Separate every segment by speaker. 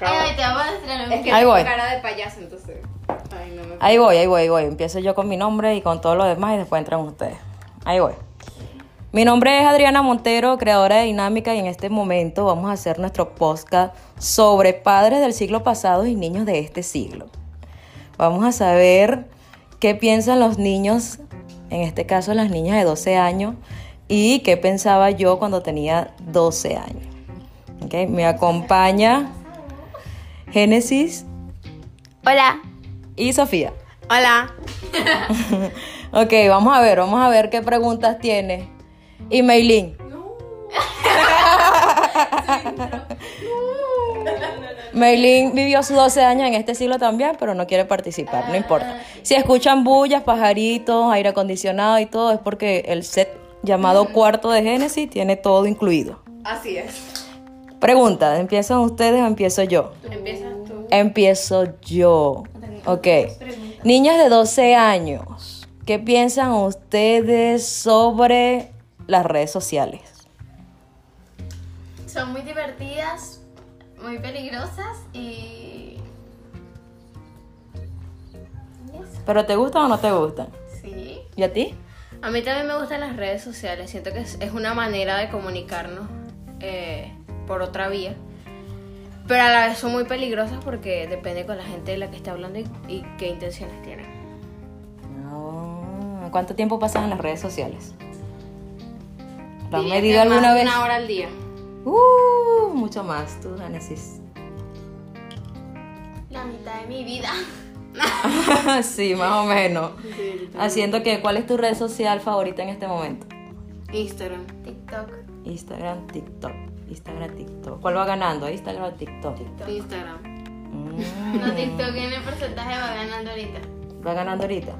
Speaker 1: Ay, te vamos a estrenar
Speaker 2: Es
Speaker 1: un
Speaker 2: que
Speaker 3: Ahí
Speaker 2: tengo
Speaker 3: voy.
Speaker 2: cara de payaso, entonces. Ay, no me.
Speaker 3: Ahí voy, ahí voy, ahí voy. Empiezo yo con mi nombre y con todos los demás y después entran ustedes. Ahí voy. Mi nombre es Adriana Montero, creadora de Dinámica, y en este momento vamos a hacer nuestro podcast sobre padres del siglo pasado y niños de este siglo. Vamos a saber qué piensan los niños, en este caso las niñas de 12 años, y qué pensaba yo cuando tenía 12 años. ¿Ok? Me acompaña Génesis
Speaker 1: Hola.
Speaker 3: y Sofía.
Speaker 2: Hola.
Speaker 3: Ok, vamos a ver, vamos a ver qué preguntas tiene. Y Meilín. Meilín vivió sus 12 años en este siglo también, pero no quiere participar, no importa. Si escuchan bullas, pajaritos, aire acondicionado y todo, es porque el set llamado Cuarto de Génesis tiene todo incluido.
Speaker 2: Así es.
Speaker 3: Pregunta, ¿empiezan ustedes o empiezo yo?
Speaker 2: Empiezas tú.
Speaker 3: Empiezo yo. Ok. Niñas de 12 años, ¿qué piensan ustedes sobre las redes sociales?
Speaker 1: Son muy divertidas, muy peligrosas y. y eso.
Speaker 3: ¿Pero te gustan o no te gustan?
Speaker 1: Sí.
Speaker 3: ¿Y a ti?
Speaker 4: A mí también me gustan las redes sociales, siento que es es una manera de comunicarnos eh, por otra vía. Pero a la vez son muy peligrosas porque depende con la gente de la que esté hablando y, y qué intenciones tienen.
Speaker 3: No. ¿Cuánto tiempo pasas en las redes sociales? ¿Lo has
Speaker 2: Diría
Speaker 3: medido
Speaker 2: que más
Speaker 3: alguna
Speaker 2: de
Speaker 3: vez?
Speaker 2: Una hora al día.
Speaker 3: Uh, mucho más, tú, Génesis.
Speaker 1: La mitad de mi vida.
Speaker 3: sí, más o menos. Haciendo que, ¿cuál es tu red social favorita en este momento?
Speaker 2: Instagram.
Speaker 1: TikTok.
Speaker 3: Instagram, TikTok. Instagram, TikTok. ¿Cuál va ganando? Instagram, o TikTok.
Speaker 2: Instagram.
Speaker 3: Mm.
Speaker 1: No, TikTok en el porcentaje va ganando ahorita.
Speaker 3: va ganando ahorita.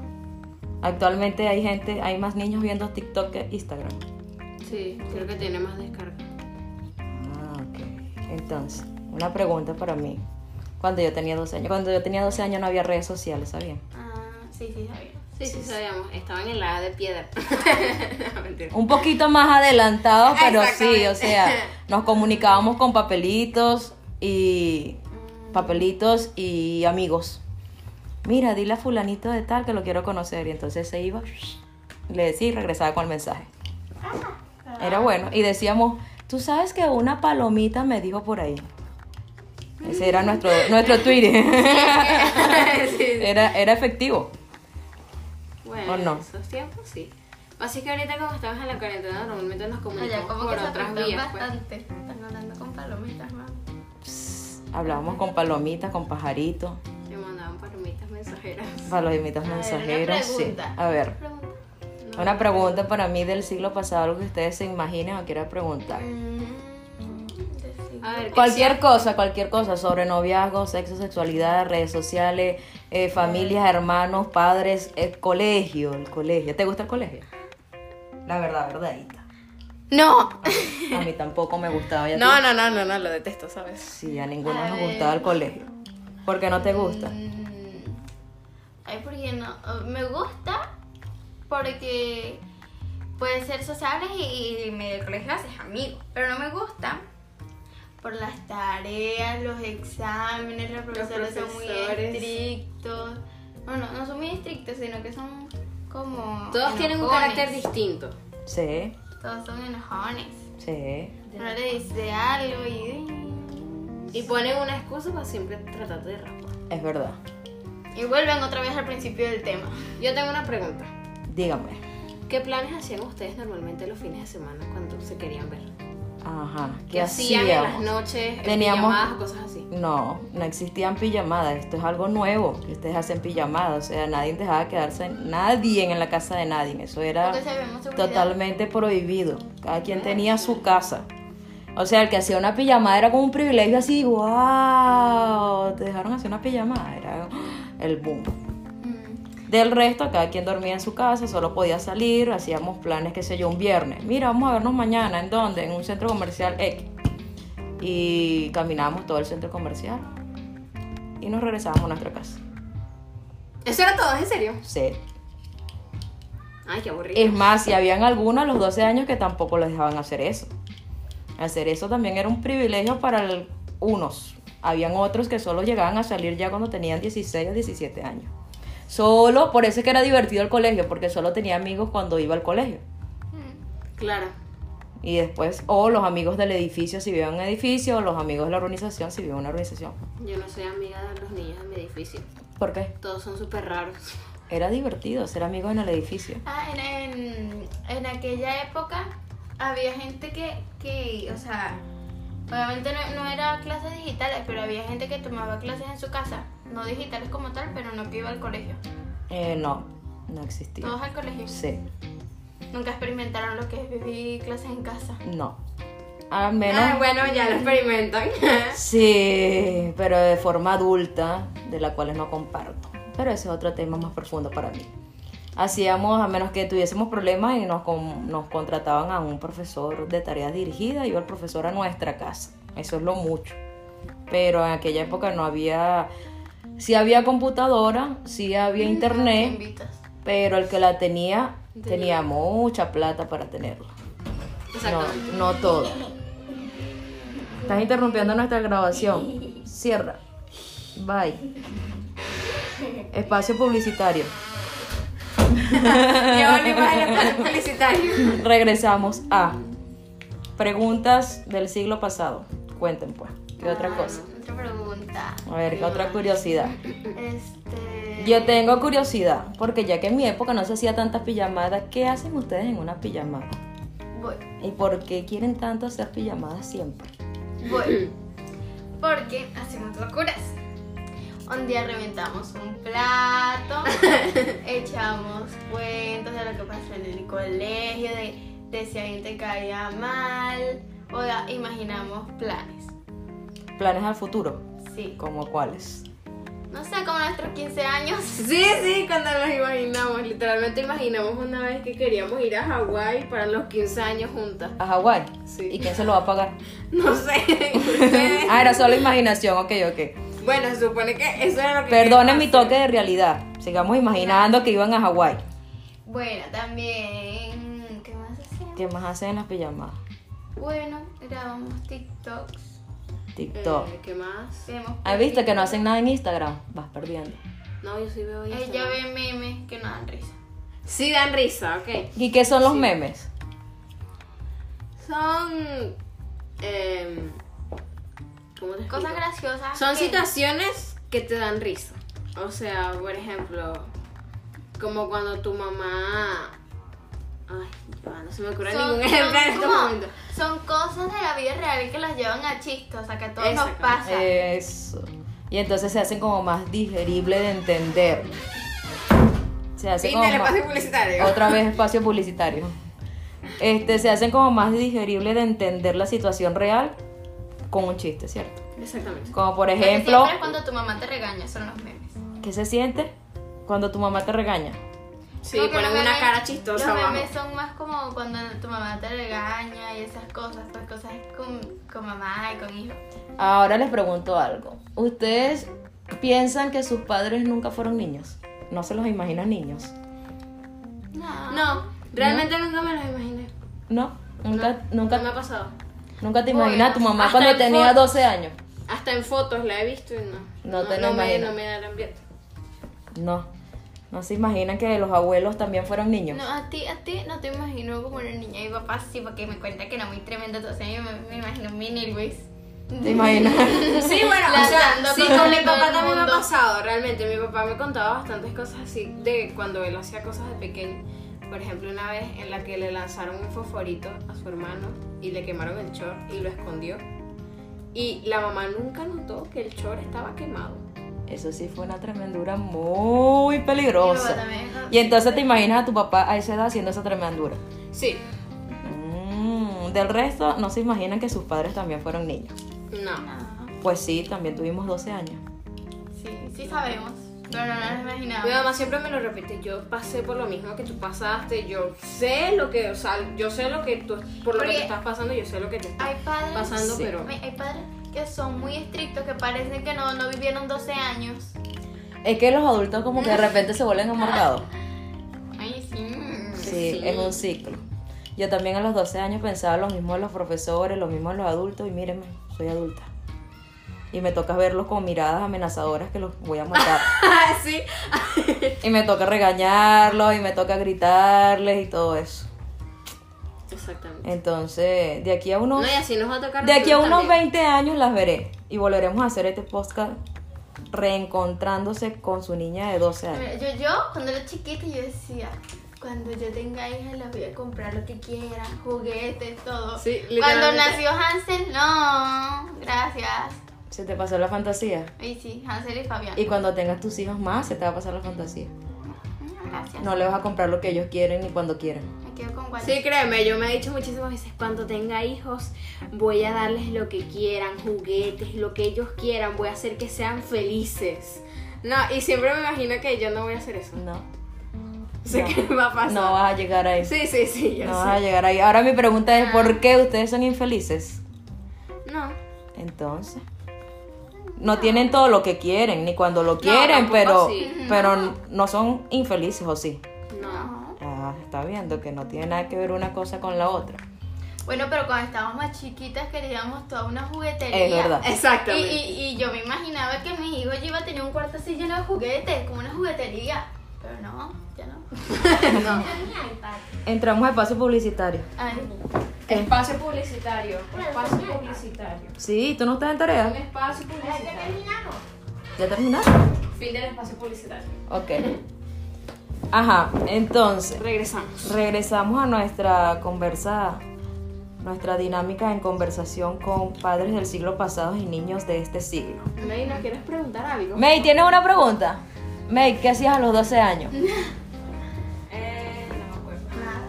Speaker 3: Actualmente hay gente, hay más niños viendo TikTok que Instagram.
Speaker 2: Sí, creo que tiene más descarga.
Speaker 3: Ah, ok. Entonces, una pregunta para mí. Cuando yo tenía 12 años, cuando yo tenía 12 años no había redes sociales, ¿sabían?
Speaker 1: Ah, sí, sí, sabía.
Speaker 2: Sí, sí, sabíamos. Estaban en la edad de piedra. no, mentira.
Speaker 3: Un poquito más adelantados, pero sí,
Speaker 2: Exactamente.
Speaker 3: o sea, nos comunicábamos con papelitos y papelitos y amigos. Mira, dile a fulanito de tal que lo quiero conocer y entonces se iba, le decía y regresaba con el mensaje. Era bueno. Y decíamos, tú sabes que una palomita me dijo por ahí. Ese era nuestro, nuestro Twitter. Era, era efectivo.
Speaker 2: Bueno,
Speaker 3: ¿O no?
Speaker 2: en esos tiempos sí. Así que ahorita como estamos en la cuarentena normalmente nos
Speaker 1: Allá
Speaker 2: comunicamos
Speaker 1: como
Speaker 2: por
Speaker 1: que se
Speaker 2: otras
Speaker 1: afectó
Speaker 2: vías. pues.
Speaker 1: bastante. Están hablando con palomitas, mamá.
Speaker 3: Hablábamos con palomitas, con pajaritos,
Speaker 2: Que mandaban palomitas mensajeras.
Speaker 3: palomitas
Speaker 1: ver, una
Speaker 3: mensajeras. Sí.
Speaker 1: pregunta.
Speaker 3: A ver,
Speaker 1: Pregunta.
Speaker 3: una pregunta para mí del siglo pasado, algo que ustedes se imaginen o quieran preguntar.
Speaker 1: Mm, decir-
Speaker 2: A ver,
Speaker 3: Cualquier cosa, cualquier cosa sobre noviazgo, sexo, sexualidad, redes sociales, eh,
Speaker 1: Mm.
Speaker 3: familias, hermanos, padres, el colegio, el colegio. ¿Te gusta el colegio? La verdad, verdadita.
Speaker 2: No.
Speaker 3: A mí tampoco me gustaba. ¿y a ti?
Speaker 2: No, no, no, no, no, lo detesto, ¿sabes?
Speaker 3: Sí, a ninguno
Speaker 1: A
Speaker 3: nos
Speaker 1: ver.
Speaker 3: gustaba el colegio. ¿Por qué no te gusta?
Speaker 1: Mm, Ay, porque no. eh, Me gusta porque pueden ser sociables y, y medio colegio haces amigos. Pero no me gusta por las tareas, los exámenes, los profesores, son muy
Speaker 2: profesores.
Speaker 1: estrictos. Bueno, no son muy estrictos, sino que son como.
Speaker 2: Todos tienen un
Speaker 1: enojones.
Speaker 2: carácter distinto.
Speaker 3: Sí,
Speaker 1: Todos son enojones.
Speaker 3: sí.
Speaker 1: Uno le dice algo y.
Speaker 2: Y ponen una excusa para siempre tratar de raspar.
Speaker 3: Es verdad.
Speaker 1: Y vuelven otra vez al principio del tema.
Speaker 2: Yo tengo una pregunta.
Speaker 3: Dígame.
Speaker 2: ¿Qué planes hacían ustedes normalmente los fines de semana cuando se querían ver?
Speaker 3: Ajá. ¿Qué,
Speaker 2: ¿Qué hacían en las
Speaker 3: hacíamos?
Speaker 2: noches? en
Speaker 3: Teníamos-
Speaker 2: pijamadas o cosas así?
Speaker 3: No, no existían pijamadas. Esto es algo nuevo que ustedes hacen pijamadas. O sea, nadie dejaba quedarse, nadie en la casa de nadie. Eso era
Speaker 1: Porque sabemos seguridad.
Speaker 3: totalmente prohibido. Cada quien tenía su casa. O sea, el que hacía una pijamada era como un privilegio así, wow, te dejaron hacer una pijamada, era el boom.
Speaker 1: Mm.
Speaker 3: Del resto, cada quien dormía en su casa, solo podía salir, hacíamos planes, qué sé yo, un viernes. Mira, vamos a vernos mañana, ¿en dónde? En un centro comercial X. Y caminábamos todo el centro comercial y nos regresábamos a nuestra casa.
Speaker 2: ¿Eso era todo? ¿En serio?
Speaker 3: Sí.
Speaker 2: Ay, qué aburrido.
Speaker 3: Es más, si habían algunos a los 12 años que tampoco les dejaban hacer eso. Hacer eso también era un privilegio para el- unos. Habían otros que solo llegaban a salir ya cuando tenían 16 o 17 años. Solo, por eso es que era divertido el colegio, porque solo tenía amigos cuando iba al colegio.
Speaker 2: Claro.
Speaker 3: Y después, o los amigos del edificio si vivían en un edificio, o los amigos de la organización si vivían en una organización.
Speaker 2: Yo no soy amiga de los niños de mi edificio.
Speaker 3: ¿Por qué?
Speaker 2: Todos son súper raros.
Speaker 3: Era divertido ser amigos en el edificio.
Speaker 1: Ah, en, en, en aquella época había gente que, que o sea, obviamente no, no era clases digitales, pero había gente que tomaba clases en su casa. No digitales como tal, pero no que iba al colegio.
Speaker 3: Eh, no, no existía.
Speaker 1: Todos al colegio.
Speaker 3: Sí,
Speaker 1: Nunca experimentaron lo que es vivir clases en casa.
Speaker 3: no. Al menos.
Speaker 1: Ah, bueno, ya lo experimentan.
Speaker 3: Sí, pero de forma adulta, de la cual no comparto. Pero ese es otro tema más profundo para mí. Hacíamos, a menos que tuviésemos problemas y nos, con- nos contrataban a un profesor de tareas dirigidas, iba el profesor a nuestra casa. Eso es lo mucho. Pero en aquella época no había, sí había computadora, sí había
Speaker 1: Te
Speaker 3: internet,
Speaker 1: invitas.
Speaker 3: pero el que la tenía tenía mucha plata para tenerla.
Speaker 2: Exactamente.
Speaker 3: No, no todo. Estás interrumpiendo nuestra grabación. Cierra. Bye. Espacio publicitario.
Speaker 1: Qué bonito es el publicitario.
Speaker 3: Regresamos a preguntas del siglo pasado. Cuenten pues. ¿Qué otra cosa?
Speaker 1: Otra pregunta.
Speaker 3: A ver, ¿qué otra curiosidad?
Speaker 1: Este.
Speaker 3: Yo tengo curiosidad, porque ya que en mi época no se hacía tantas pijamadas, ¿qué hacen ustedes en una pijamada?
Speaker 1: Voy.
Speaker 3: ¿Y por qué quieren tanto hacer pijamadas siempre?
Speaker 1: Voy. Porque hacemos locuras. Un día reventamos un plato, echamos cuentos de lo que pasó en el colegio, de, de si alguien te caía mal, o da- imaginamos planes.
Speaker 3: ¿Planes al futuro?
Speaker 1: Sí.
Speaker 3: ¿Como cuáles?
Speaker 1: No sé, como nuestros 15 años.
Speaker 2: Sí, sí, cuando nos imaginamos, literalmente imaginamos una vez que queríamos ir a Hawái para los 15 años juntas.
Speaker 3: ¿A Hawái?
Speaker 2: Sí.
Speaker 3: ¿Y quién se lo va a pagar?
Speaker 2: No sé.
Speaker 3: Ah, era solo imaginación, ok, ok.
Speaker 2: bueno, se supone que eso era lo que
Speaker 3: Perdonen
Speaker 2: queríamos
Speaker 3: mi
Speaker 2: hacer.
Speaker 3: toque de realidad. Sigamos imaginando que iban a Hawái.
Speaker 1: Bueno, también. ¿Qué más hacemos?
Speaker 3: ¿Qué más hacen en las pijamadas?
Speaker 1: Bueno, grabamos TikToks.
Speaker 3: TikTok.
Speaker 2: Eh, ¿Qué más?
Speaker 1: Vemos
Speaker 3: ¿Has visto que no hacen nada en Instagram? Vas perdiendo.
Speaker 2: No, yo sí veo
Speaker 1: Eh,
Speaker 2: Instagram.
Speaker 1: yo veo memes que no dan risa.
Speaker 2: Sí dan risa, ok.
Speaker 3: ¿Y qué son los memes?
Speaker 2: Son... em, ¿Cómo te explico?
Speaker 1: Cosas graciosas.
Speaker 2: Son
Speaker 1: que-
Speaker 2: situaciones que te dan risa. O sea, por ejemplo, como cuando tu mamá... Ay, ya, no se me ocurre ningún ejemplo en este
Speaker 1: como-
Speaker 2: momento.
Speaker 1: son cosas de la vida real que las llevan a chiste, o sea, que a todos nos
Speaker 2: Exactamente.
Speaker 1: pasa.
Speaker 3: Eso. Y entonces se hacen como más digerible de entender. Se hace
Speaker 2: Fin
Speaker 3: como
Speaker 2: del
Speaker 3: más-
Speaker 2: espacio publicitario.
Speaker 3: Otra vez espacio publicitario. Este, se hacen como más digerible de entender la situación real con un chiste, ¿cierto?
Speaker 2: Exactamente.
Speaker 3: Como por
Speaker 1: Porque
Speaker 3: ejemplo,
Speaker 1: Siempre es cuando tu mamá te regaña, son los memes.
Speaker 3: ¿qué se siente cuando tu mamá te regaña?
Speaker 2: Sí,
Speaker 1: Como que
Speaker 2: ponen
Speaker 1: los
Speaker 2: una
Speaker 1: memes-
Speaker 2: cara chistosa
Speaker 1: Los
Speaker 2: abajo.
Speaker 1: memes son más como cuando tu mamá te regaña y esas cosas, pues cosas con, con mamá y con hijos.
Speaker 3: Ahora les pregunto algo. ¿Ustedes piensan que sus padres nunca fueron niños? No se los imaginan niños.
Speaker 1: No.
Speaker 2: No, realmente nunca me los imaginé.
Speaker 3: ¿No? Nunca,
Speaker 2: Nunca me ha
Speaker 3: nunca,
Speaker 2: pasado.
Speaker 3: nunca te imaginas a tu mamá
Speaker 2: hasta
Speaker 3: cuando
Speaker 2: en
Speaker 3: tenía
Speaker 2: fotos.
Speaker 3: 12 años.
Speaker 2: Hasta en fotos la he visto y no.
Speaker 3: No te lo
Speaker 2: me,
Speaker 3: imaginas.
Speaker 2: no me da el ambiente.
Speaker 3: No. No se imaginan que los abuelos también fueron niños.
Speaker 1: No, a ti, a ti no te imagino como una niña. Mi papá sí, porque me cuenta que era muy tremendo. Entonces yo me, me imagino mini Luis.
Speaker 3: ¿Te imaginas?
Speaker 2: Sí, bueno, o sea,
Speaker 1: Lanzando
Speaker 2: sí,
Speaker 1: cosas
Speaker 2: con mi
Speaker 1: a todo
Speaker 2: papá
Speaker 1: el
Speaker 2: también me ha
Speaker 1: mundo.
Speaker 2: pasado, realmente. Mi papá me contaba bastantes cosas así de cuando él hacía cosas de pequeño. Por ejemplo, una vez en la que le lanzaron un fosforito a su hermano y le quemaron el chor y lo escondió. Y la mamá nunca notó que el chor estaba quemado.
Speaker 3: Eso sí fue una tremendura muy
Speaker 1: Mi papá
Speaker 3: peligrosa.
Speaker 1: también, ¿no?
Speaker 3: Y entonces te imaginas a tu papá a esa edad haciendo esa tremendura.
Speaker 2: Sí,
Speaker 3: Mm, Del resto, no se imaginan que sus padres también fueron niños.
Speaker 2: no.
Speaker 1: Ah,
Speaker 3: Pues sí, también tuvimos 12 años.
Speaker 1: sí, sí sabemos. Pero no nos imaginamos.
Speaker 2: Mi mamá siempre me lo repite, yo pasé por lo mismo que tú pasaste, yo sé lo que, o sea, yo sé lo que tú, por lo que
Speaker 1: Porque-
Speaker 2: te estás pasando, yo sé lo que te está
Speaker 1: Hay padres,
Speaker 2: pasando,
Speaker 3: Sí.
Speaker 2: pero...
Speaker 1: me- hay padres que son muy estrictos, que parecen que no, no vivieron 12 años.
Speaker 3: Es que los adultos como que de repente se vuelven amargados.
Speaker 1: Ay, sí.
Speaker 3: Sí, es un ciclo. Yo también a los 12 años pensaba lo mismo de los profesores, lo mismo de los adultos y mírenme, soy adulta. y me toca verlos con miradas amenazadoras que los voy a matar.
Speaker 1: sí.
Speaker 3: y me toca regañarlos y me toca gritarles y todo eso.
Speaker 2: Exactamente.
Speaker 3: Entonces, de aquí a unos
Speaker 2: No, y así nos va a tocar.
Speaker 3: de aquí a
Speaker 2: nosotros
Speaker 3: unos
Speaker 2: también.
Speaker 3: 20 años las veré y volveremos a hacer este podcast reencontrándose con su niña de 12 años.
Speaker 1: Mira, Yo, yo, cuando era chiquita, yo decía, cuando yo tenga hija, les voy a comprar lo que quiera, juguetes, todo.
Speaker 2: Sí,
Speaker 1: cuando
Speaker 2: literalmente.
Speaker 1: nació Hansel, no, gracias.
Speaker 3: Se te pasó la fantasía.
Speaker 1: Y sí, Hansel y Fabián.
Speaker 3: Y cuando tengas tus hijos más, se te va a pasar la fantasía.
Speaker 1: Mm, Gracias.
Speaker 3: No le vas a comprar lo que ellos quieren ni cuando quieran.
Speaker 1: Me quedo con Wally.
Speaker 2: Sí, créeme, yo me he dicho muchísimas veces, cuando tenga hijos, voy a darles lo que quieran, juguetes, lo que ellos quieran, voy a hacer que sean felices. No, y siempre me imagino que yo no voy a hacer eso.
Speaker 3: No.
Speaker 2: Sé
Speaker 3: No.
Speaker 2: que va a pasar.
Speaker 3: No vas a llegar ahí.
Speaker 2: Sí, sí, sí, yo
Speaker 3: no
Speaker 2: sé. Ah.
Speaker 3: vas a llegar ahí. Ahora mi pregunta es, ¿por qué ustedes son infelices?
Speaker 2: No.
Speaker 3: Entonces, no tienen todo lo que quieren, ni cuando lo quieren,
Speaker 2: tampoco
Speaker 3: pero,
Speaker 2: sí.
Speaker 3: pero no son infelices, ¿o sí?
Speaker 2: No.
Speaker 3: Ah, está viendo que no tiene nada que ver una cosa con la otra.
Speaker 1: Bueno, pero cuando estábamos más chiquitas queríamos toda una juguetería.
Speaker 3: Es verdad.
Speaker 1: Y,
Speaker 2: Exactamente.
Speaker 1: y, y yo me imaginaba que mis hijos yo iba a tener un cuarto así lleno de juguetes, como una juguetería. Pero no, ya no.
Speaker 3: Entramos a espacio publicitario.
Speaker 1: Ay,
Speaker 3: Eh.
Speaker 4: Espacio publicitario. Espacio publicitario.
Speaker 3: Sí, tú no estás en tarea.
Speaker 4: Un espacio publicitario.
Speaker 3: ¿Ya terminaste?
Speaker 4: Fin del espacio publicitario.
Speaker 3: Ok. Ajá, entonces.
Speaker 2: Regresamos.
Speaker 3: Regresamos a nuestra conversa, nuestra dinámica en conversación con padres del siglo pasado y niños de este siglo.
Speaker 2: May, ¿nos quieres preguntar algo?
Speaker 3: May, ¿tienes una pregunta? May, ¿qué hacías a los 12 años?
Speaker 2: Eh, no me acuerdo.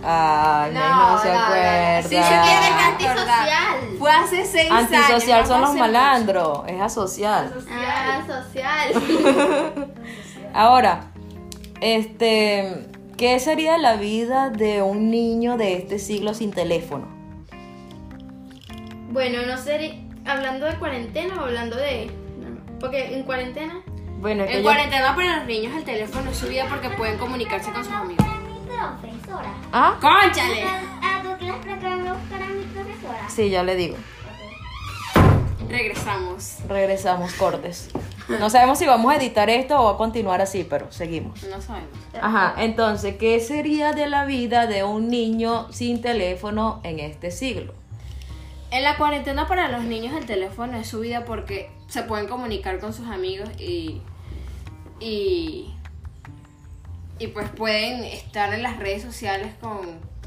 Speaker 3: Ay, May no, se acuerda.
Speaker 2: Si se quiere
Speaker 1: antisocial.
Speaker 2: Fue hace seis años.
Speaker 3: Antisocial son
Speaker 2: no
Speaker 3: los
Speaker 2: hace
Speaker 3: malandros, es asocial.
Speaker 1: Ah, social.
Speaker 3: Ahora, este, ¿qué sería la vida de un niño de este siglo sin teléfono?
Speaker 1: bueno, no sé, hablando de cuarentena o hablando de... Porque en cuarentena...
Speaker 3: Bueno, es que
Speaker 2: En
Speaker 3: yo-
Speaker 2: cuarentena para los niños el teléfono es su vida porque pueden comunicarse con sus amigos.
Speaker 5: mi profesora.
Speaker 3: ¿Ah?
Speaker 2: ¡Cónchale!
Speaker 5: A tu clase para buscar a mi profesora.
Speaker 3: Sí, ya le digo.
Speaker 2: Regresamos.
Speaker 3: Regresamos cortes. No sabemos si vamos a editar esto o va a continuar así, pero seguimos.
Speaker 2: No sabemos.
Speaker 3: Ajá, entonces, ¿qué sería de la vida de un niño sin teléfono en este siglo?
Speaker 2: En la cuarentena para los niños el teléfono es su vida porque se pueden comunicar con sus amigos y. y. y pues pueden estar en las redes sociales con,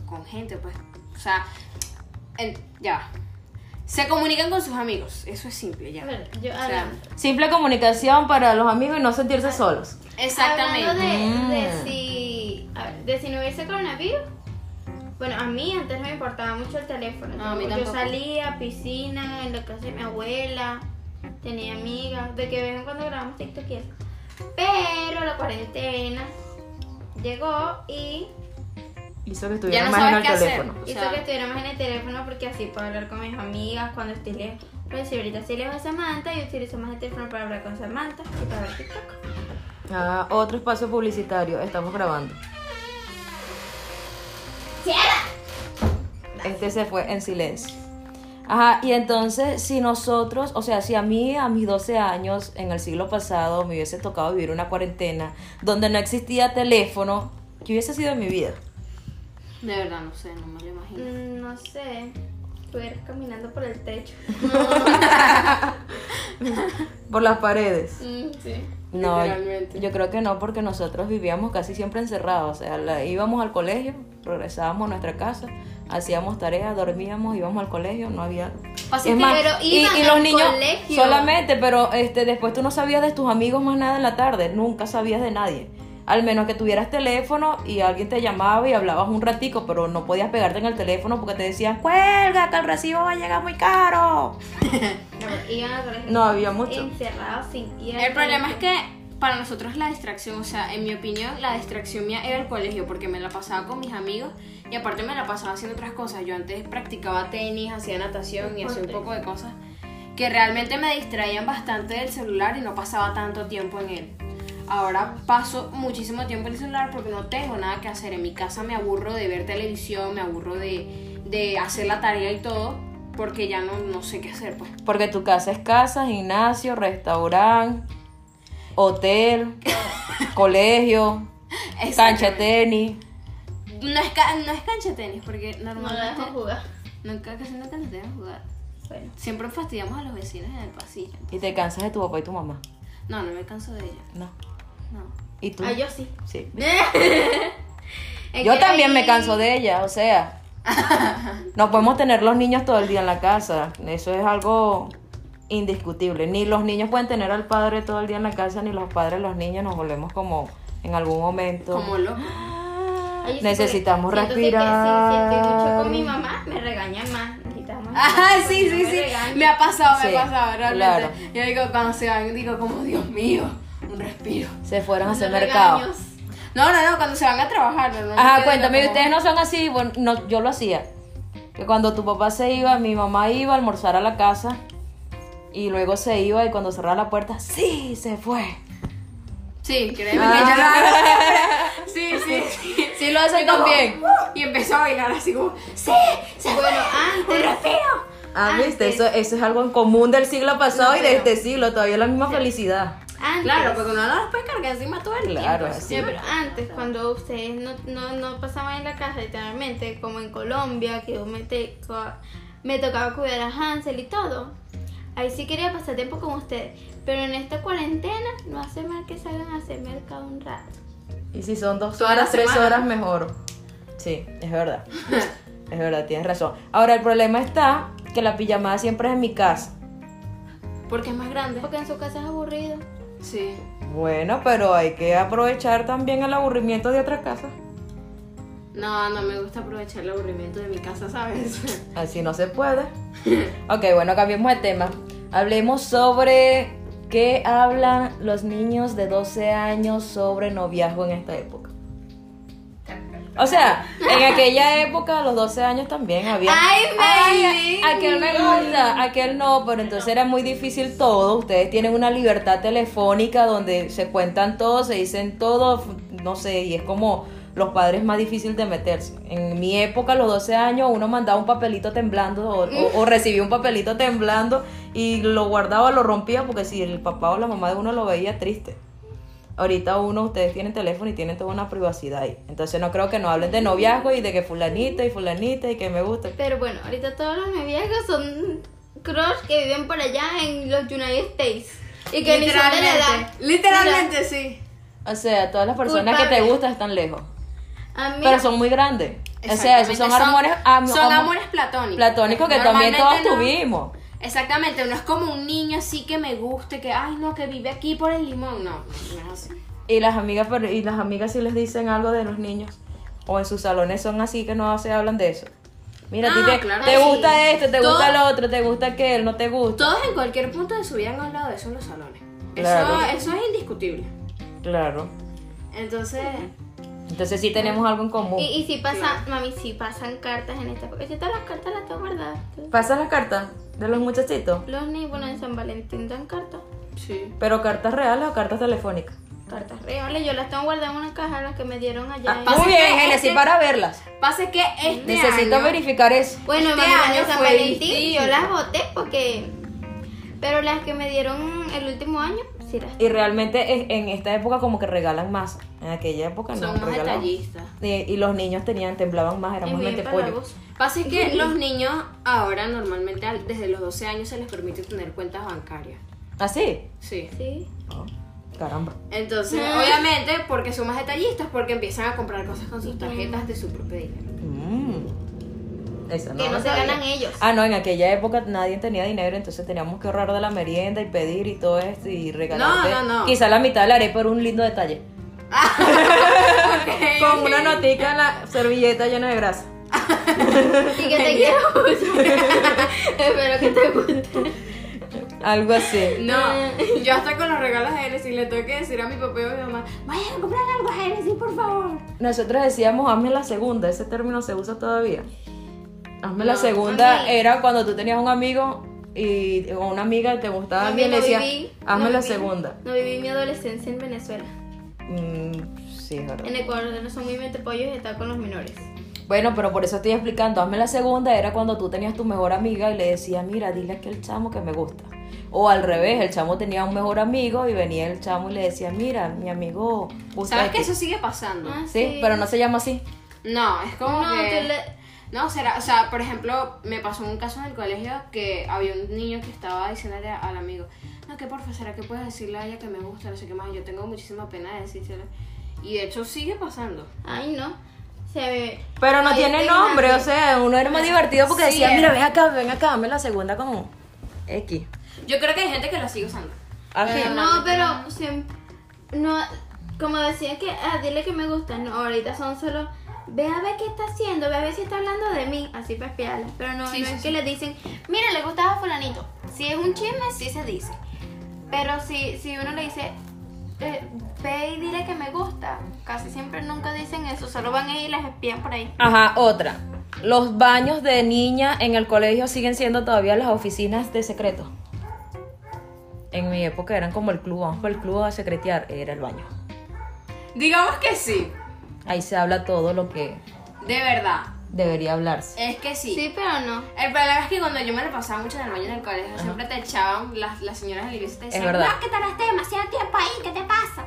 Speaker 2: con gente, pues. O sea, en- ya. va. Se comunican con sus amigos, eso es simple, ya.
Speaker 1: A ver, yo
Speaker 2: O sea,
Speaker 1: hablando.
Speaker 3: Simple comunicación para los amigos y no sentirse solos.
Speaker 2: exactamente.
Speaker 1: Hablando de, de
Speaker 3: Mm.
Speaker 1: si... A ver, de si no hubiese coronavirus. Bueno, a mí antes no me importaba mucho el teléfono.
Speaker 2: No, a mí
Speaker 1: yo
Speaker 2: tampoco.
Speaker 1: salía a piscina, en la casa de mi abuela, tenía amigas, de que de vez en cuando grabamos TikTok y eso. Pero la cuarentena llegó y
Speaker 3: Hizo que estuvieran
Speaker 2: no
Speaker 3: más en el
Speaker 2: sabes qué hacer.
Speaker 3: teléfono.
Speaker 2: O
Speaker 1: hizo
Speaker 2: sea-
Speaker 1: que estuviéramos en el teléfono porque así puedo hablar con mis amigas cuando estoy lejos. Pero si ahorita estoy lejos de Samantha, yo utilizo más el teléfono para hablar con Samantha y para ver TikTok.
Speaker 3: Ah, otro espacio publicitario, estamos grabando. Este se fue en silencio. Ajá, y entonces si nosotros, o sea, si a mí a mis 12 años en el siglo pasado me hubiese tocado vivir una cuarentena donde no existía teléfono, ¿qué hubiese sido en mi vida?
Speaker 2: De verdad, no sé, no me lo imagino.
Speaker 1: Mm, No sé, estuvieras caminando por el techo.
Speaker 3: Por las paredes.
Speaker 1: Mm, sí.
Speaker 3: No,
Speaker 2: Literalmente.
Speaker 3: yo creo que no, porque nosotros vivíamos casi siempre encerrados. O sea, la- íbamos al colegio, regresábamos a nuestra casa, hacíamos tareas, dormíamos, íbamos al colegio, no había.
Speaker 2: Pasa
Speaker 3: es
Speaker 2: que-
Speaker 3: más,
Speaker 1: pero
Speaker 3: y,
Speaker 1: iban
Speaker 3: y
Speaker 1: al
Speaker 3: los niños
Speaker 1: colegio.
Speaker 3: solamente, pero este, después tú no sabías de tus amigos más nada en la tarde, nunca sabías de nadie. Al menos que tuvieras teléfono y alguien te llamaba y hablabas un ratico, pero no podías pegarte en el teléfono porque te decían, cuelga, que el recibo va a llegar muy caro.
Speaker 1: No, iban al colegio
Speaker 3: No había mucho.
Speaker 1: encerrados sin ir. al
Speaker 2: El problema es
Speaker 1: colegio.
Speaker 2: que para nosotros la distracción, o sea, en mi opinión, la distracción mía era el colegio, porque me la pasaba con mis amigos y aparte me la pasaba haciendo otras cosas. Yo antes practicaba tenis, hacía natación y hacía un poco de cosas que realmente me distraían bastante del celular y no pasaba tanto tiempo en él. Ahora paso muchísimo tiempo en el celular porque no tengo nada que hacer. En mi casa me aburro de ver televisión, me aburro de, de hacer la tarea y todo. porque ya no, no sé qué hacer, pues.
Speaker 3: Porque tu casa es casa, gimnasio, restaurante, hotel, colegio, cancha de tenis.
Speaker 2: No es, ca- no es cancha de tenis, porque
Speaker 1: No la dejo
Speaker 2: normalmente
Speaker 1: jugar.
Speaker 2: nunca casi nunca nos dejan jugar.
Speaker 1: Bueno.
Speaker 2: Siempre fastidiamos a los vecinos en el pasillo.
Speaker 3: Y te cansas de tu papá y tu mamá.
Speaker 2: No, no me canso de ella.
Speaker 3: No.
Speaker 2: No.
Speaker 3: ¿Y tú?
Speaker 1: Ah, yo sí.
Speaker 3: Sí.
Speaker 1: Es
Speaker 3: Yo
Speaker 1: que
Speaker 3: también me
Speaker 1: ahí-
Speaker 3: canso de ella, o sea. No podemos tener los niños todo el día en la casa. Eso es algo indiscutible. Ni los niños pueden tener al padre todo el día en la casa, ni los padres, los niños nos volvemos como en algún momento.
Speaker 2: Como loco.
Speaker 1: Ay, yo sí,
Speaker 3: Necesitamos
Speaker 1: porque siento que-
Speaker 3: respirar.
Speaker 1: Si, si estoy mucho con mi mamá, me regañan más. Necesitamos.
Speaker 2: Ajá, Ah, sí,
Speaker 1: no
Speaker 2: sí,
Speaker 1: me
Speaker 2: sí.
Speaker 1: regañen.
Speaker 2: Me ha pasado, me
Speaker 3: Sí,
Speaker 2: ha pasado, realmente.
Speaker 3: claro.
Speaker 2: Yo digo, cuando se van, digo como, Dios mío, un respiro.
Speaker 3: Se fueron a hacer
Speaker 1: Los
Speaker 3: mercado.
Speaker 1: regaños.
Speaker 2: No, no, no, cuando se van a trabajar. normalmente
Speaker 3: Ajá,
Speaker 2: digo
Speaker 3: cuéntame,
Speaker 2: como-
Speaker 3: ustedes no son así, bueno, no, yo lo hacía. Que cuando tu papá se iba, mi mamá iba a almorzar a la casa y luego se iba y cuando cerraba la puerta, sí, se fue.
Speaker 2: Sí,
Speaker 3: Ah.
Speaker 2: créeme que yo lo Sí, sí, sí.
Speaker 3: Sí lo hacen también.
Speaker 2: Y empezó a bailar así como, sí, se fue.
Speaker 1: Bueno, antes.
Speaker 3: Ah, viste, eso, eso es algo en común del siglo pasado y de este siglo, todavía la misma felicidad.
Speaker 1: antes
Speaker 2: Claro, porque uno no los puede cargar encima todo el
Speaker 3: Claro,
Speaker 2: tiempo.
Speaker 3: así.
Speaker 1: Sí, pero antes, cuando ustedes no, no, no pasaban en la casa, literalmente, como en Colombia, que yo me, te- co- me tocaba cuidar a Hansel y todo, ahí sí quería pasar tiempo con ustedes. Pero en esta cuarentena, no hace mal que salgan a hacer mercado un rato.
Speaker 3: Y si son dos
Speaker 2: Toda la
Speaker 3: horas, tres
Speaker 2: semana.
Speaker 3: horas, mejor. Sí, es verdad. es verdad, tienes razón. Ahora, el problema está que la pijamada siempre es en mi casa.
Speaker 2: Porque es más grande.
Speaker 1: Porque en su casa es aburrido.
Speaker 2: Sí.
Speaker 3: Bueno, pero hay que aprovechar también el aburrimiento de otra casa.
Speaker 2: No, no me gusta aprovechar el aburrimiento de mi casa, ¿sabes?
Speaker 3: Así no se puede. Ok, bueno, cambiemos de tema. Hablemos sobre qué hablan los niños de 12 años sobre noviazgo en esta época. O sea, en aquella época, a los 12 años también había. ¡Ay, Aquel me gusta, aquel no, pero entonces era muy difícil todo. Ustedes tienen una libertad telefónica donde se cuentan todo, se dicen todo, no sé, y es como los padres más difícil de meterse. En mi época, a los 12 años, uno mandaba un papelito temblando o, o- o recibía un papelito temblando y lo guardaba, lo rompía, porque si el papá o la mamá de uno lo veía triste. Ahorita uno, ustedes tienen teléfono y tienen toda una privacidad ahí. Entonces no creo que no hablen de noviazgo y de que fulanita y fulanita y que me gusta.
Speaker 1: Pero bueno, ahorita todos los noviazgos son crush que viven por allá en los United States. Y que ni son de la edad.
Speaker 2: Literalmente, sí.
Speaker 3: O sea, todas las personas que te
Speaker 1: Culpable.
Speaker 3: gustan están lejos.
Speaker 1: A mí,
Speaker 3: Pero son muy grandes. O sea, esos son, amores, am-
Speaker 2: son
Speaker 3: am-
Speaker 2: amores platónicos.
Speaker 3: platónicos que también
Speaker 2: Normalmente
Speaker 3: todos
Speaker 2: no-
Speaker 3: tuvimos.
Speaker 2: Exactamente, no es como un niño así que me guste, que ay no, que vive aquí por el limón. No, no es así.
Speaker 3: Y las amigas pero- y las amigas sí les dicen algo de los niños. O en sus salones son así que no se hablan de eso. Mira, a ti
Speaker 2: Ah,
Speaker 3: te,
Speaker 2: claro.
Speaker 3: te
Speaker 2: Sí.
Speaker 3: gusta esto, te
Speaker 2: Todo-
Speaker 3: gusta lo otro, te gusta aquel, no te gusta.
Speaker 2: Todos en cualquier punto de su vida han hablado de eso en los salones.
Speaker 3: Claro.
Speaker 2: Eso, eso es indiscutible.
Speaker 3: Claro.
Speaker 2: Entonces,
Speaker 3: Entonces sí tenemos algo en común.
Speaker 1: y, y si pasan, mami, si pasan cartas en esta época. Yo todas las cartas las tengo guardadas.
Speaker 3: ¿Pasan las cartas de los muchachitos?
Speaker 1: Los niños, bueno, en San Valentín dan cartas.
Speaker 2: sí.
Speaker 3: ¿Pero cartas reales o cartas telefónicas?
Speaker 1: Cartas reales, yo las tengo guardadas en una caja, las que me dieron allá.
Speaker 2: Ah, Pasa
Speaker 3: Muy
Speaker 2: que
Speaker 3: bien,
Speaker 2: este-
Speaker 3: Genesis, para verlas.
Speaker 2: Pasa que este
Speaker 3: Necesito
Speaker 2: año-
Speaker 3: verificar eso.
Speaker 1: bueno,
Speaker 2: este
Speaker 1: mami, las
Speaker 2: año
Speaker 1: de San
Speaker 2: fue
Speaker 1: Valentín
Speaker 2: distinto.
Speaker 1: yo las boté porque... Pero las que me dieron el último año, sí las...
Speaker 3: Y realmente es- en esta época como que regalan más. En aquella época no.
Speaker 2: Son más
Speaker 3: regalaban.
Speaker 2: detallistas.
Speaker 3: Y, y los niños tenían, temblaban más, eran
Speaker 1: Es
Speaker 3: más
Speaker 1: bien
Speaker 3: mentepollos.
Speaker 1: empalagoso.
Speaker 2: Pasa que los niños ahora normalmente al- desde los 12 años se les permite tener cuentas bancarias.
Speaker 3: ¿Así?
Speaker 2: Sí.
Speaker 1: Sí.
Speaker 3: ¿Ah, Oh, Caramba.
Speaker 2: Entonces,
Speaker 1: Ah.
Speaker 2: obviamente, porque son más detallistas, porque empiezan a comprar cosas con sus tarjetas de su propio dinero.
Speaker 3: Mm. Esa no.
Speaker 1: que no se ganan ellos.
Speaker 3: Ah, no, en aquella época nadie tenía dinero, entonces teníamos que ahorrar de la merienda y pedir y todo esto y regalar.
Speaker 2: No, no, no.
Speaker 3: Quizá la mitad la haré por un lindo detalle.
Speaker 2: Ok.
Speaker 3: Con una notica en la servilleta llena de grasa.
Speaker 1: Y que te quiero mucho. Espero que te guste.
Speaker 3: Algo así.
Speaker 2: No, yo hasta con los regalos de Genesis le tengo que decir a mi papá y a mi mamá, vayan a comprar algo a Genesis, por favor.
Speaker 3: Nosotros decíamos hazme la segunda, ese término se usa todavía. Hazme la
Speaker 2: No,
Speaker 3: segunda
Speaker 1: ok.
Speaker 3: era cuando tú tenías un amigo y o una amiga que te gustaba
Speaker 1: Mami,
Speaker 3: alguien le
Speaker 1: no
Speaker 3: decía,
Speaker 1: viví,
Speaker 3: hazme
Speaker 1: no
Speaker 3: la
Speaker 1: viví.
Speaker 3: segunda.
Speaker 1: No viví mi adolescencia en Venezuela.
Speaker 3: Mm, sí, es verdad.
Speaker 1: En Ecuador no son muy metepollos y está con los menores.
Speaker 3: Bueno, pero por eso estoy explicando. Hazme la segunda, era cuando tú tenías tu mejor amiga y le decías, mira, dile a aquel chamo que me gusta. O al revés, el chamo tenía un mejor amigo y venía el chamo y le decía, mira, mi amigo gusta
Speaker 2: ¿Sabes
Speaker 3: de
Speaker 2: que
Speaker 3: ti".
Speaker 2: eso sigue pasando?
Speaker 1: Ah,
Speaker 3: Sí, pero no se llama así.
Speaker 2: No, es como
Speaker 1: No,
Speaker 2: que...
Speaker 1: tú le-
Speaker 2: No, será, o sea, por ejemplo, me pasó un caso en el colegio que había un niño que estaba diciéndole a- al amigo, no, que porfa, ¿será que puedes decirle a ella que me gusta? No sé qué más, yo tengo muchísima pena de decírselo. Y de hecho sigue pasando.
Speaker 1: Ay, no. Se ve.
Speaker 3: Pero no
Speaker 1: Ay,
Speaker 3: tiene
Speaker 1: tengo
Speaker 3: nombre,
Speaker 1: hambre.
Speaker 3: o sea, uno era más divertido porque
Speaker 2: Sí,
Speaker 3: decía,
Speaker 2: era.
Speaker 3: mira, ven acá, ven acá, dame la segunda como X.
Speaker 2: Yo creo que hay gente que lo sigue usando.
Speaker 3: Así.
Speaker 1: No, pero se- no, como decían que ah, dile que me gusta, no, ahorita son solo ve a ver qué está haciendo, ve a ver si está hablando de mí, así para espiarla. Pero no,
Speaker 2: Sí,
Speaker 1: no
Speaker 2: sí,
Speaker 1: es
Speaker 2: sí.
Speaker 1: que le dicen, mira, le gustaba a fulanito. Si es un chisme, sí se dice. Pero si, si uno le dice, eh, ve y dile que me gusta, casi siempre nunca dicen eso, solo van ahí y las espían por ahí.
Speaker 3: Ajá, otra. Los baños de niña en el colegio siguen siendo todavía las oficinas de secreto. En mi época eran como el club, vamos para el club a secretear, era el baño.
Speaker 2: Digamos que sí,
Speaker 3: Ahí se habla todo lo que
Speaker 2: de verdad,
Speaker 3: debería hablarse.
Speaker 2: es que sí.
Speaker 1: Sí, pero no. Ah,
Speaker 2: El problema es que cuando yo me lo pasaba mucho en el baño del colegio, siempre te echaban las, las señoras de la iglesia y te decían,
Speaker 3: verdad.
Speaker 2: "No, que tardaste demasiado tiempo ahí, ¿qué te pasa?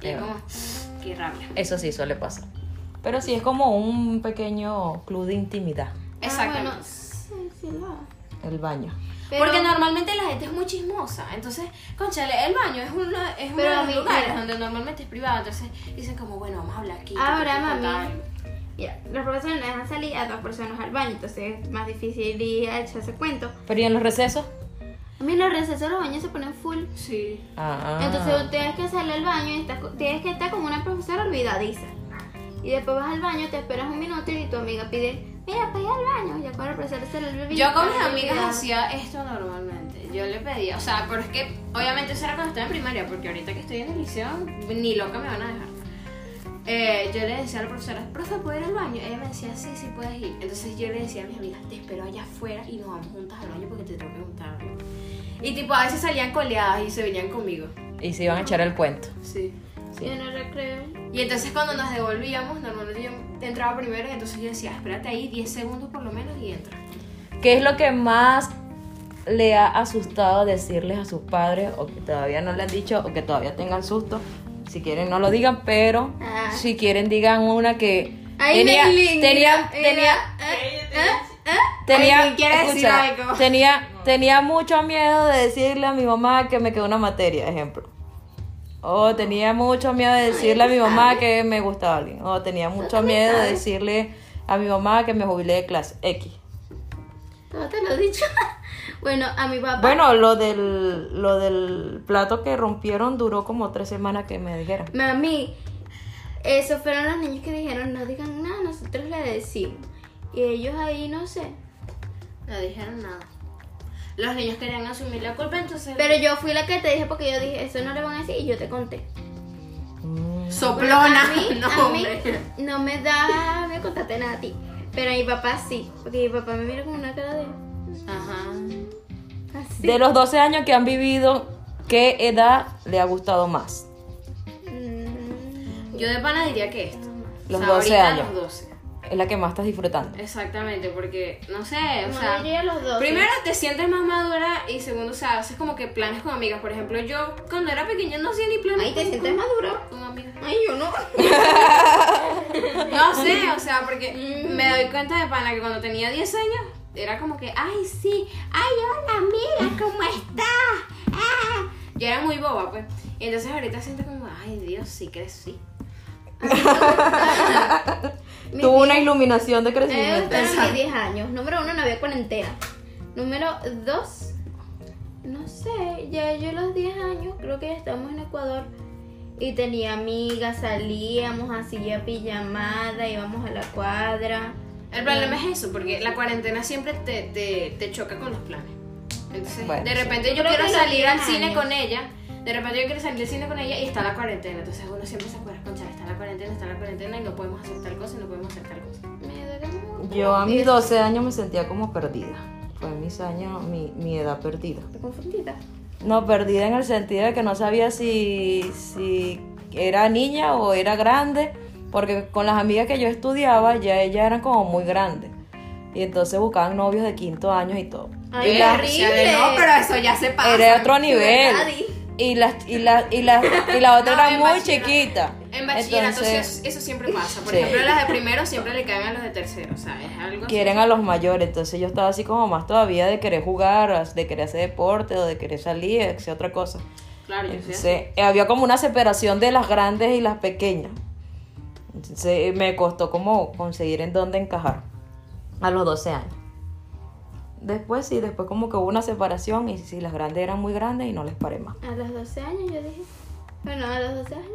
Speaker 2: Y
Speaker 3: Es
Speaker 2: yo como, qué rabia.
Speaker 3: Eso sí suele pasar. Pero sí es como un pequeño club de intimidad,
Speaker 2: Exacto.
Speaker 1: Ah, bueno, sí, sí lo.
Speaker 3: el baño.
Speaker 1: Pero-
Speaker 2: Porque normalmente la gente es muy chismosa. Entonces, conchale, el baño es uno, es uno
Speaker 1: Pero
Speaker 2: de
Speaker 1: a mí,
Speaker 2: los lugares
Speaker 1: mira.
Speaker 2: donde normalmente es privado. Entonces dicen como, bueno, vamos a hablar aquí.
Speaker 1: Ahora,
Speaker 2: te quiero
Speaker 1: mami,
Speaker 2: contar.
Speaker 1: ya, los profesores nos dejan salir a dos personas al baño, entonces es más difícil ir a echarse cuento.
Speaker 3: Pero ¿y en los recesos?
Speaker 1: A mí en los recesos los baños se ponen full.
Speaker 2: Sí.
Speaker 3: Ah,
Speaker 1: Entonces tienes que salir al baño y estás co- tienes que estar con una profesora olvidadiza. Y después vas al baño, te esperas un minuto y tu amiga pide, mira, para ir al baño. Ya con la profesora se le olvidó.
Speaker 2: Yo con mis
Speaker 1: Ay,
Speaker 2: amigas
Speaker 1: ya.
Speaker 2: hacía esto normalmente. Yo le pedía, o sea, pero es que obviamente eso era cuando estaba en primaria, porque ahorita que estoy en el liceo, ni loca me van a dejar. Eh, yo le decía a la profesora, profe, ¿puedo ir al baño? Ella me decía, sí, sí, puedes ir. Entonces yo le decía a mis amigas, te espero allá afuera y nos vamos juntas al baño porque te tengo que preguntar algo. Y tipo, a veces salían coleadas y se venían conmigo.
Speaker 3: Y se iban a echar el cuento.
Speaker 2: Sí.
Speaker 3: Sí.
Speaker 1: Yo no recreo.
Speaker 2: Y entonces cuando nos devolvíamos, normalmente yo entraba primero y entonces yo decía, espérate ahí 10 segundos por lo menos y entra.
Speaker 3: ¿Qué es lo que más le ha asustado decirles a sus padres o que todavía no le han dicho o que todavía tengan susto? Si quieren no lo digan, pero
Speaker 1: Ah.
Speaker 3: si quieren digan una que
Speaker 1: Ay,
Speaker 3: tenía
Speaker 1: Melin,
Speaker 3: tenía
Speaker 1: mira,
Speaker 3: tenía
Speaker 1: mira, ¿eh? ¿eh? ¿eh?
Speaker 3: tenía
Speaker 1: Ay, Melin quiere decir
Speaker 3: escucha,
Speaker 1: algo.
Speaker 3: tenía tenía mucho miedo de decirle a mi mamá que me quedó una materia, ejemplo. O tenía mucho miedo de decirle a mi mamá que me gustaba alguien. O tenía mucho miedo de decirle a mi mamá que me jubilé de clase X.
Speaker 1: Todo te lo he dicho. bueno, a mi papá.
Speaker 3: Bueno, lo del, lo del plato que rompieron duró como tres semanas que me dijeron.
Speaker 1: Mami, esos fueron los niños que dijeron, no digan nada, nosotros le decimos. Y ellos ahí, no sé.
Speaker 2: No dijeron nada. Los niños querían asumir la culpa, entonces...
Speaker 1: Pero yo fui la que te dije porque yo dije, eso no le van a decir y yo te conté.
Speaker 2: Soplona.
Speaker 1: A mí,
Speaker 2: no,
Speaker 1: a mí
Speaker 2: hombre.
Speaker 1: no me da, me contaste nada a ti. Pero a mi papá sí, porque mi papá me mira con una cara de...
Speaker 2: Ajá.
Speaker 1: Así.
Speaker 3: De los 12 años que han vivido, ¿qué edad le ha gustado más?
Speaker 1: Mm,
Speaker 2: Yo de pana diría que esto.
Speaker 3: Los
Speaker 2: O sea,
Speaker 3: 12
Speaker 2: ahorita
Speaker 3: años.
Speaker 2: Los 12.
Speaker 3: Es la que más estás disfrutando.
Speaker 2: Exactamente, porque, no sé, o
Speaker 1: no
Speaker 2: sea...
Speaker 1: diría los dos.
Speaker 2: Primero te sientes más madura y segundo, o sea, haces como que planes con amigas. Por ejemplo, yo cuando era pequeña no hacía ni planes.
Speaker 1: Ahí te
Speaker 2: con-
Speaker 1: sientes maduro.
Speaker 2: Con amigas.
Speaker 1: Ay, yo no.
Speaker 2: No sé, o sea, porque me doy cuenta de pana que cuando tenía 10 años era como que, ay, sí, ay, hola, amiga, ¿cómo estás? Ah. Yo era muy boba, pues. Y entonces ahorita siento como, ay, Dios, sí crecí.
Speaker 3: Tuvo una iluminación de
Speaker 1: Eh,
Speaker 3: crecimiento.
Speaker 1: fueron mis 10 años. Número uno, no había cuarentena. Número dos, no sé, ya yo a los 10 años creo que ya estamos en Ecuador y tenía amigas, salíamos así ya pijamada, íbamos a la cuadra.
Speaker 2: El problema es eso, porque la cuarentena siempre te, te, te choca con los planes. Entonces,
Speaker 3: Bueno,
Speaker 2: de
Speaker 3: sí.
Speaker 2: repente
Speaker 1: Yo
Speaker 2: yo
Speaker 1: creo
Speaker 2: quiero
Speaker 1: que los
Speaker 2: salir al
Speaker 1: 10
Speaker 2: cine
Speaker 1: años.
Speaker 2: con ella, de repente yo quiero salir al cine con ella y está la cuarentena. Entonces uno siempre se acuerda, concha, está la cuarentena, está la cuarentena y no podemos hacer tal cosa y no podemos hacer tal cosa.
Speaker 1: Me duele mucho.
Speaker 3: Yo a mis 12 años me sentía como perdida. Fue mis años, mi, mi edad perdida.
Speaker 1: Estoy confundida.
Speaker 3: No, perdida en el sentido de que no sabía si, si era niña o era grande, Porque con las amigas que yo estudiaba, ya ellas eran como muy grandes. Y entonces buscaban novios de quinto años y todo.
Speaker 4: Ay,
Speaker 3: Y
Speaker 4: qué
Speaker 3: las-
Speaker 4: horrible.
Speaker 2: No, pero eso ya se pasa.
Speaker 3: era otro nivel.
Speaker 4: daddy.
Speaker 3: Y las, y la, y la, y la
Speaker 2: No,
Speaker 3: otra era
Speaker 2: en
Speaker 3: muy
Speaker 2: bachillerato-
Speaker 3: chiquita.
Speaker 2: En bachillerato sí,
Speaker 3: Entonces,
Speaker 2: eso, eso siempre pasa. Por
Speaker 3: Sí.
Speaker 2: ejemplo, las de primero siempre le caen a los de tercero. O sea, es algo. así.
Speaker 3: quieren a los mayores. Entonces yo estaba así como más todavía de querer jugar, de querer hacer deporte o de querer salir, de hacer otra cosa.
Speaker 2: Claro, yo sé.
Speaker 3: Entonces eh, había como una separación de las grandes y las pequeñas. Entonces eh, me costó como conseguir en dónde encajar a los 12 años. Después sí, después como que hubo una separación y sí, las grandes eran muy grandes y no les paré más.
Speaker 1: A los 12 años yo dije. Bueno, a los 12 años.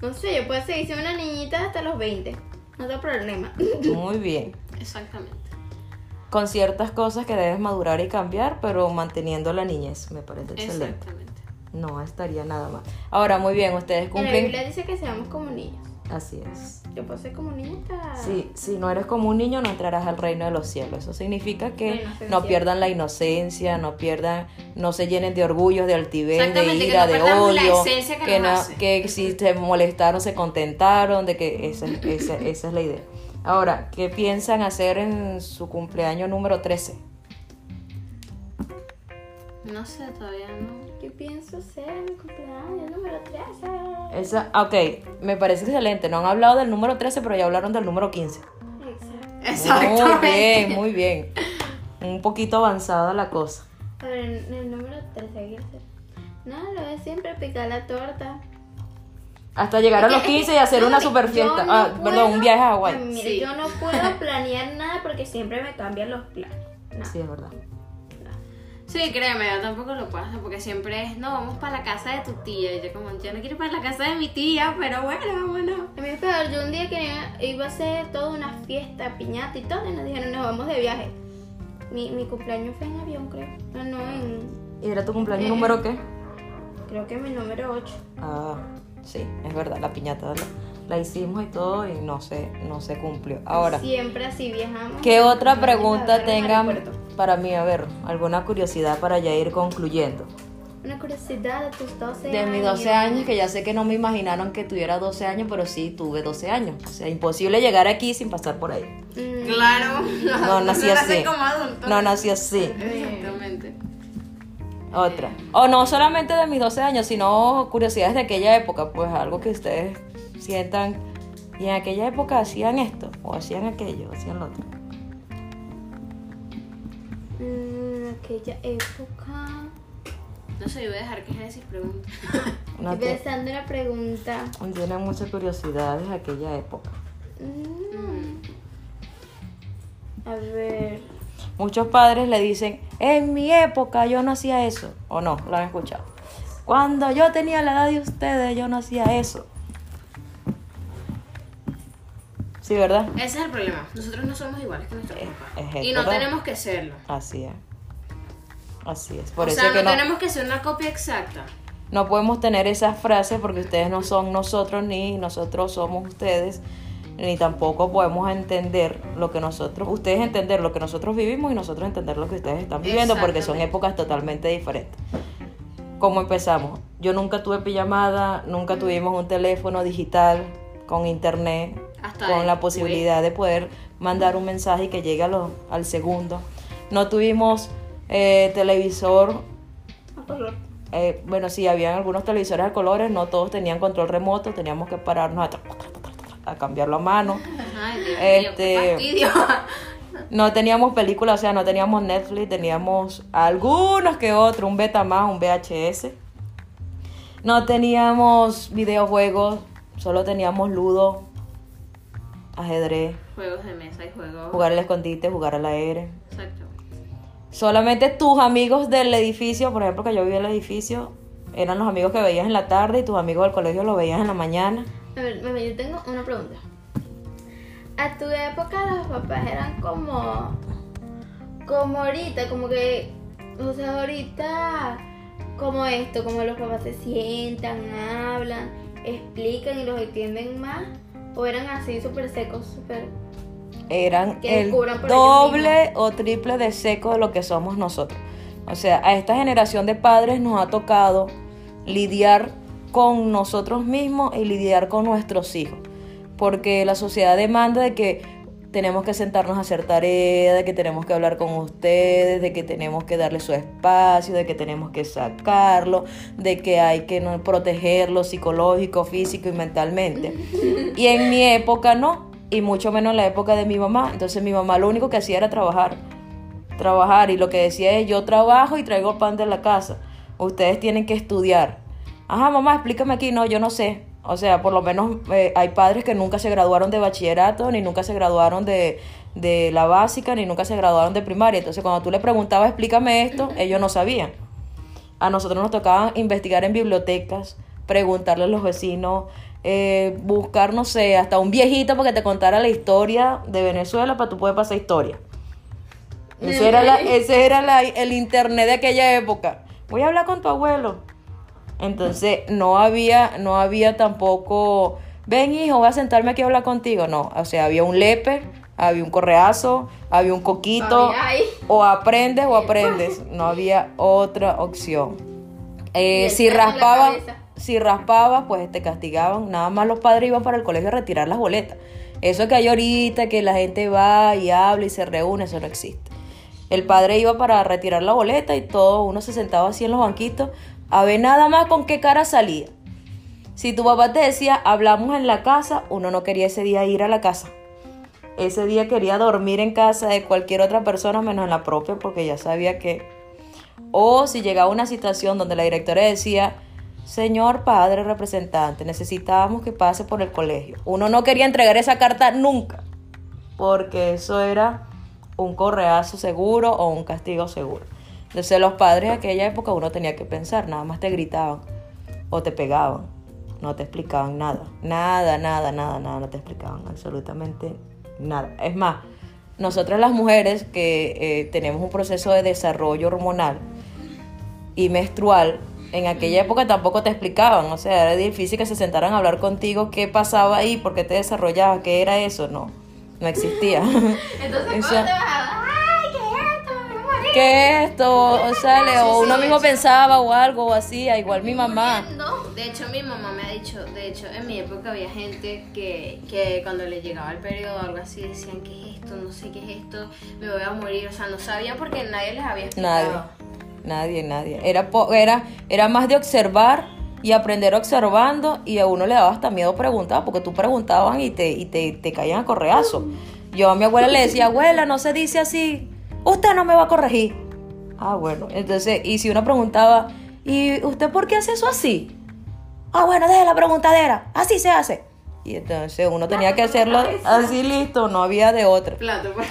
Speaker 1: No sé, yo puedo seguir siendo una niñita hasta los 20. No tengo problema.
Speaker 3: Muy bien.
Speaker 2: Exactamente.
Speaker 3: Con ciertas cosas que debes madurar y cambiar, pero manteniendo la niñez, me parece excelente.
Speaker 2: Exactamente.
Speaker 3: No estaría nada mal. Ahora, muy bien, ustedes
Speaker 1: En la
Speaker 3: cumplen.
Speaker 1: Biblia dice que seamos como niños.
Speaker 3: Así es.
Speaker 1: Yo puedo ser como
Speaker 2: Ah.
Speaker 1: niñita.
Speaker 3: Sí, si no eres como un niño, no entrarás al reino de los cielos. Eso significa que
Speaker 1: Reino de los
Speaker 3: no
Speaker 1: cielos.
Speaker 3: pierdan la inocencia, no pierdan, no se llenen de orgullos, de altivez, de
Speaker 2: Exactamente, que
Speaker 3: ira,
Speaker 2: no
Speaker 3: de
Speaker 2: perdamos la
Speaker 3: odio.
Speaker 2: esencia que
Speaker 3: que,
Speaker 2: nos
Speaker 3: no-
Speaker 2: hace.
Speaker 3: que si se molestaron, se contentaron, de que esa, esa- esa es la idea. Ahora, ¿qué piensan hacer en su cumpleaños número 13?
Speaker 2: No sé, todavía no.
Speaker 1: ¿Qué pienso ser en mi cumpleaños número ah. 13?
Speaker 3: Esa, ok, me parece excelente. No han hablado del número 13, pero ya hablaron del número 15.
Speaker 1: Exacto.
Speaker 3: Muy bien, muy bien. Un poquito avanzada la cosa.
Speaker 1: A ver, en el número 13, ¿qué quiero hacer? No, lo de siempre picar la torta.
Speaker 3: Hasta llegar a los 15 y hacer
Speaker 1: No,
Speaker 3: una
Speaker 1: yo
Speaker 3: super fiesta.
Speaker 1: no
Speaker 3: ah,
Speaker 1: puedo- Mm,
Speaker 3: perdón, un viaje a Hawái.
Speaker 1: Mira,
Speaker 2: Sí.
Speaker 1: yo no puedo planear nada porque siempre me cambian los planes. No.
Speaker 3: Sí, es verdad.
Speaker 2: Sí, créeme, yo tampoco lo pasa porque siempre es, no, vamos para la casa de tu tía. Y yo, como, yo no quiero ir para la casa de mi tía, pero bueno, bueno.
Speaker 1: A mí es peor, yo un día quería, iba a hacer toda una fiesta, piñata y todo, y nos dijeron, nos vamos de viaje. Mi, mi cumpleaños fue en avión, creo. Ah, No, no, en,
Speaker 3: ¿Y era tu cumpleaños número qué?
Speaker 1: creo que mi número 8.
Speaker 3: Ah, sí, es verdad, la piñata la, la hicimos y todo y no se, no se cumplió. Ahora,
Speaker 1: Siempre así viajamos.
Speaker 3: ¿qué otra
Speaker 1: Nos vamos a
Speaker 3: pregunta
Speaker 1: ver en el
Speaker 3: tengan
Speaker 1: aeropuerto.
Speaker 3: para mí? A ver, alguna curiosidad para ya ir concluyendo.
Speaker 1: Una curiosidad de tus 12
Speaker 3: De mis 12 años, que ya sé que no me imaginaron que tuviera 12 años, pero sí tuve 12 años. O sea, imposible llegar aquí sin pasar por ahí.
Speaker 1: Mm,
Speaker 2: Claro,
Speaker 3: No, nací así.
Speaker 2: como adulto.
Speaker 3: No nací así.
Speaker 2: Exactamente.
Speaker 3: Otra. O no solamente de mis 12 años, sino curiosidades de aquella época, pues algo que ustedes sientan. Y en aquella época hacían esto, o hacían aquello, o hacían lo otro.
Speaker 1: mm, aquella época.
Speaker 2: No sé, yo voy a dejar que Génesis pregunte.
Speaker 3: No
Speaker 1: Estoy
Speaker 3: te-
Speaker 1: pensando en la pregunta.
Speaker 3: tienen muchas curiosidades de aquella época.
Speaker 1: Mm. A ver.
Speaker 3: Muchos padres le dicen, en mi época yo no hacía eso. O no, lo han escuchado. Cuando yo tenía la edad de ustedes, yo no hacía eso. Sí, ¿verdad?
Speaker 2: Ese es el problema. Nosotros no somos iguales que nuestros
Speaker 3: Es-
Speaker 2: papás.
Speaker 3: es
Speaker 2: Y no
Speaker 3: verdad.
Speaker 2: tenemos que serlo.
Speaker 3: Así es. Así es. Por
Speaker 2: o
Speaker 3: eso
Speaker 2: sea,
Speaker 3: es que
Speaker 2: no
Speaker 3: no,
Speaker 2: tenemos que ser una copia exacta.
Speaker 3: no podemos tener esas frases porque ustedes no son nosotros ni nosotros somos ustedes ni tampoco podemos entender lo que nosotros ustedes entender lo que nosotros vivimos y nosotros entender lo que ustedes están viviendo porque son
Speaker 2: Exactamente.
Speaker 3: épocas totalmente diferentes. ¿Cómo empezamos? Yo nunca tuve pijamada, nunca tuvimos un teléfono digital con internet,
Speaker 2: Hasta
Speaker 3: con la
Speaker 2: después.
Speaker 3: posibilidad de poder mandar un mensaje y que llegue a los- al segundo. No tuvimos eh, televisor eh, bueno, sí, habían algunos televisores a colores, no todos tenían control remoto, teníamos que pararnos a, a cambiarlo a mano.
Speaker 2: Ay, Dios
Speaker 3: Este-
Speaker 2: mío, qué fastidio.
Speaker 3: No teníamos películas, o sea, no teníamos Netflix, teníamos algunos que otros, un Betamax, un VHS. No teníamos videojuegos, solo teníamos ludo, ajedrez,
Speaker 2: Juegos de mesa y juegos.
Speaker 3: jugar al escondite, jugar al aire.
Speaker 2: Exacto.
Speaker 3: Solamente tus amigos del edificio, por ejemplo, que yo vivía en el edificio, eran los amigos que veías en la tarde y tus amigos del colegio los veías en la mañana.
Speaker 1: A ver, mami, yo tengo una pregunta. A tu época los papás eran como. como ahorita, como que. O sea, ahorita. como esto, como los papás se sientan, hablan, explican y los entienden más. O eran así súper secos, súper.
Speaker 3: eran
Speaker 1: Que
Speaker 3: el
Speaker 1: descubran por ellos
Speaker 3: doble o triple de seco de lo que somos nosotros. O sea, a esta generación de padres nos ha tocado lidiar con nosotros mismos y lidiar con nuestros hijos. Porque la sociedad demanda de que tenemos que sentarnos a hacer tareas, de que tenemos que hablar con ustedes, de que tenemos que darle su espacio, de que tenemos que sacarlo, de que hay que no- protegerlo psicológico, físico y mentalmente. Y en mi época no, y mucho menos en la época de mi mamá. Entonces mi mamá lo único que hacía era trabajar trabajar y lo que decía es yo trabajo y traigo pan de la casa. Ustedes tienen que estudiar. Ajá, mamá, explícame aquí. No, yo no sé. O sea, por lo menos eh, hay padres que nunca se graduaron de bachillerato, ni nunca se graduaron de, de la básica, ni nunca se graduaron de primaria. Entonces, cuando tú le preguntabas, explícame esto, ellos no sabían. A nosotros nos tocaba investigar en bibliotecas, preguntarle a los vecinos, eh, buscar, no sé, hasta un viejito para que te contara la historia de Venezuela para tú poder pasar historia. Ese era, la- ese era la- el internet de aquella época. Voy a hablar con tu abuelo. Entonces no había, no había tampoco, ven hijo, voy a sentarme aquí a hablar contigo. No, o sea, había un lepe, había un correazo, había un coquito.
Speaker 1: Ay, ay.
Speaker 3: O aprendes o aprendes. No había otra opción. Eh,
Speaker 1: Y el
Speaker 3: si
Speaker 1: perro en la
Speaker 3: raspabas,
Speaker 1: cabeza.
Speaker 3: si raspabas, pues te castigaban. Nada más los padres iban para el colegio a retirar las boletas. Eso que hay ahorita, que la gente va y habla y se reúne, eso no existe. El padre iba para retirar la boleta y todo, uno se sentaba así en los banquitos a ver nada más con qué cara salía. Si tu papá te decía, hablamos en la casa, uno no quería ese día ir a la casa. Ese día quería dormir en casa de cualquier otra persona menos en la propia porque ya sabía que... O si llegaba una situación donde la directora decía, señor padre representante, necesitábamos que pase por el colegio. Uno no quería entregar esa carta nunca porque eso era un correazo seguro o un castigo seguro. Entonces los padres de aquella época uno tenía que pensar, nada más te gritaban o te pegaban, no te explicaban nada, nada, nada, nada, nada, no te explicaban absolutamente nada. Es más, nosotras las mujeres que eh, tenemos un proceso de desarrollo hormonal y menstrual, en aquella época tampoco te explicaban, o sea, era difícil que se sentaran a hablar contigo qué pasaba ahí, por qué te desarrollabas, qué era eso, no, no existía.
Speaker 1: Entonces,
Speaker 3: Eso-
Speaker 1: ¿cómo te vas a ¡Ay, qué es esto! ¡Me Ah, voy a morir!
Speaker 3: que esto, o sea, le- o uno mismo pensaba o algo o así, igual mi mamá.
Speaker 1: No.
Speaker 4: De hecho, mi mamá me ha dicho, de hecho, en mi época había gente que, que cuando le llegaba el periodo o algo así decían, ¿qué es esto? No sé qué es esto, me voy a morir. O sea, no sabían porque nadie les había explicado.
Speaker 3: Nadie, nadie, nadie. Era, po- era, era más de observar y aprender observando y a uno le daba hasta miedo preguntar porque tú preguntaban y te, y te, te caían a correazo. Yo a mi abuela le decía, abuela, no se dice así, usted no me va a corregir. Ah, bueno, entonces, y si uno preguntaba, ¿y usted por qué hace eso así? Ah, bueno, deje la preguntadera, así se hace. Y entonces uno tenía que hacerlo así listo, no había de otra
Speaker 2: Plato por,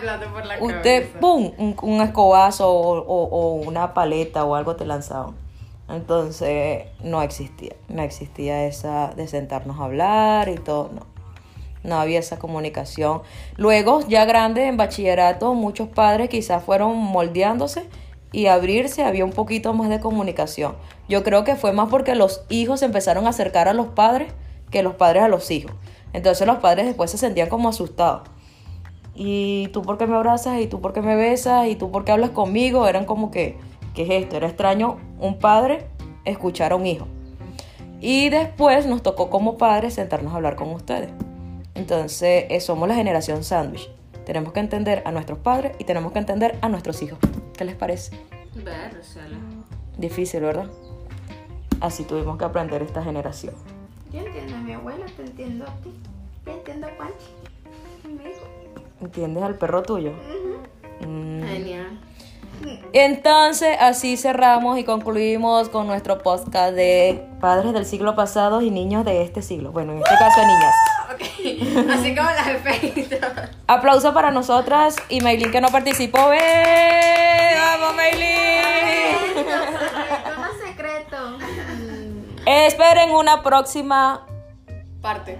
Speaker 2: plato por la
Speaker 3: usted,
Speaker 2: cabeza.
Speaker 3: ¡pum! Un, un escobazo o, o- o una paleta o algo te lanzaban. Entonces, no existía. No existía esa de sentarnos a hablar y todo, no. No había esa comunicación. Luego, ya grandes en bachillerato, muchos padres quizás fueron moldeándose y abrirse, había un poquito más de comunicación. Yo creo que fue más porque los hijos se empezaron a acercar a los padres que los padres a los hijos. Entonces los padres después se sentían como asustados y tú por qué me abrazas, y tú por qué me besas, y tú por qué hablas conmigo, eran como que, ¿qué es esto? Era extraño un padre escuchar a un hijo. Y después nos tocó como padres sentarnos a hablar con ustedes. Entonces, eh, somos la generación sándwich. Tenemos que entender a nuestros padres y tenemos que entender a nuestros hijos. ¿Qué les parece?
Speaker 4: Ver, o sea, la-
Speaker 3: Difícil, ¿verdad? Así tuvimos que aprender esta generación.
Speaker 1: Yo entiendo a mi abuela, te entiendo a ti. Yo entiendo a Panchi. Mi hijo.
Speaker 3: ¿Entiendes al perro tuyo? Mm.
Speaker 4: Genial.
Speaker 3: Entonces, así cerramos y concluimos con nuestro podcast de padres del siglo pasado y niños de este siglo. Bueno, en este caso, niñas.
Speaker 2: Así como las efeitas.
Speaker 3: Aplauso para nosotras y Maylin que no participó. ¡Ve! ¡Vamos, Maylin!
Speaker 1: Secreto, no secreto.
Speaker 3: Esperen una próxima
Speaker 2: Parte.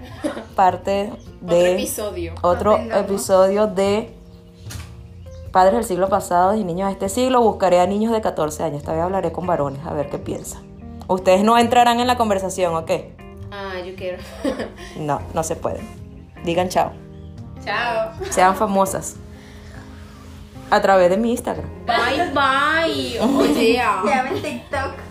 Speaker 3: parte de
Speaker 2: Otro episodio.
Speaker 3: otro
Speaker 1: Nos vengamos.
Speaker 3: episodio de padres del siglo pasado y niños de este siglo. Buscaré a niños de 14 años. Esta vez hablaré con varones a ver qué piensan. Ustedes no entrarán en la conversación, ¿ok?
Speaker 4: Ah, yo quiero.
Speaker 3: No, no se puede. Digan chao.
Speaker 2: Chao.
Speaker 3: Sean famosas. A través de mi Instagram.
Speaker 4: bye, bye. Oye.
Speaker 2: ah.
Speaker 1: Ya ven TikTok.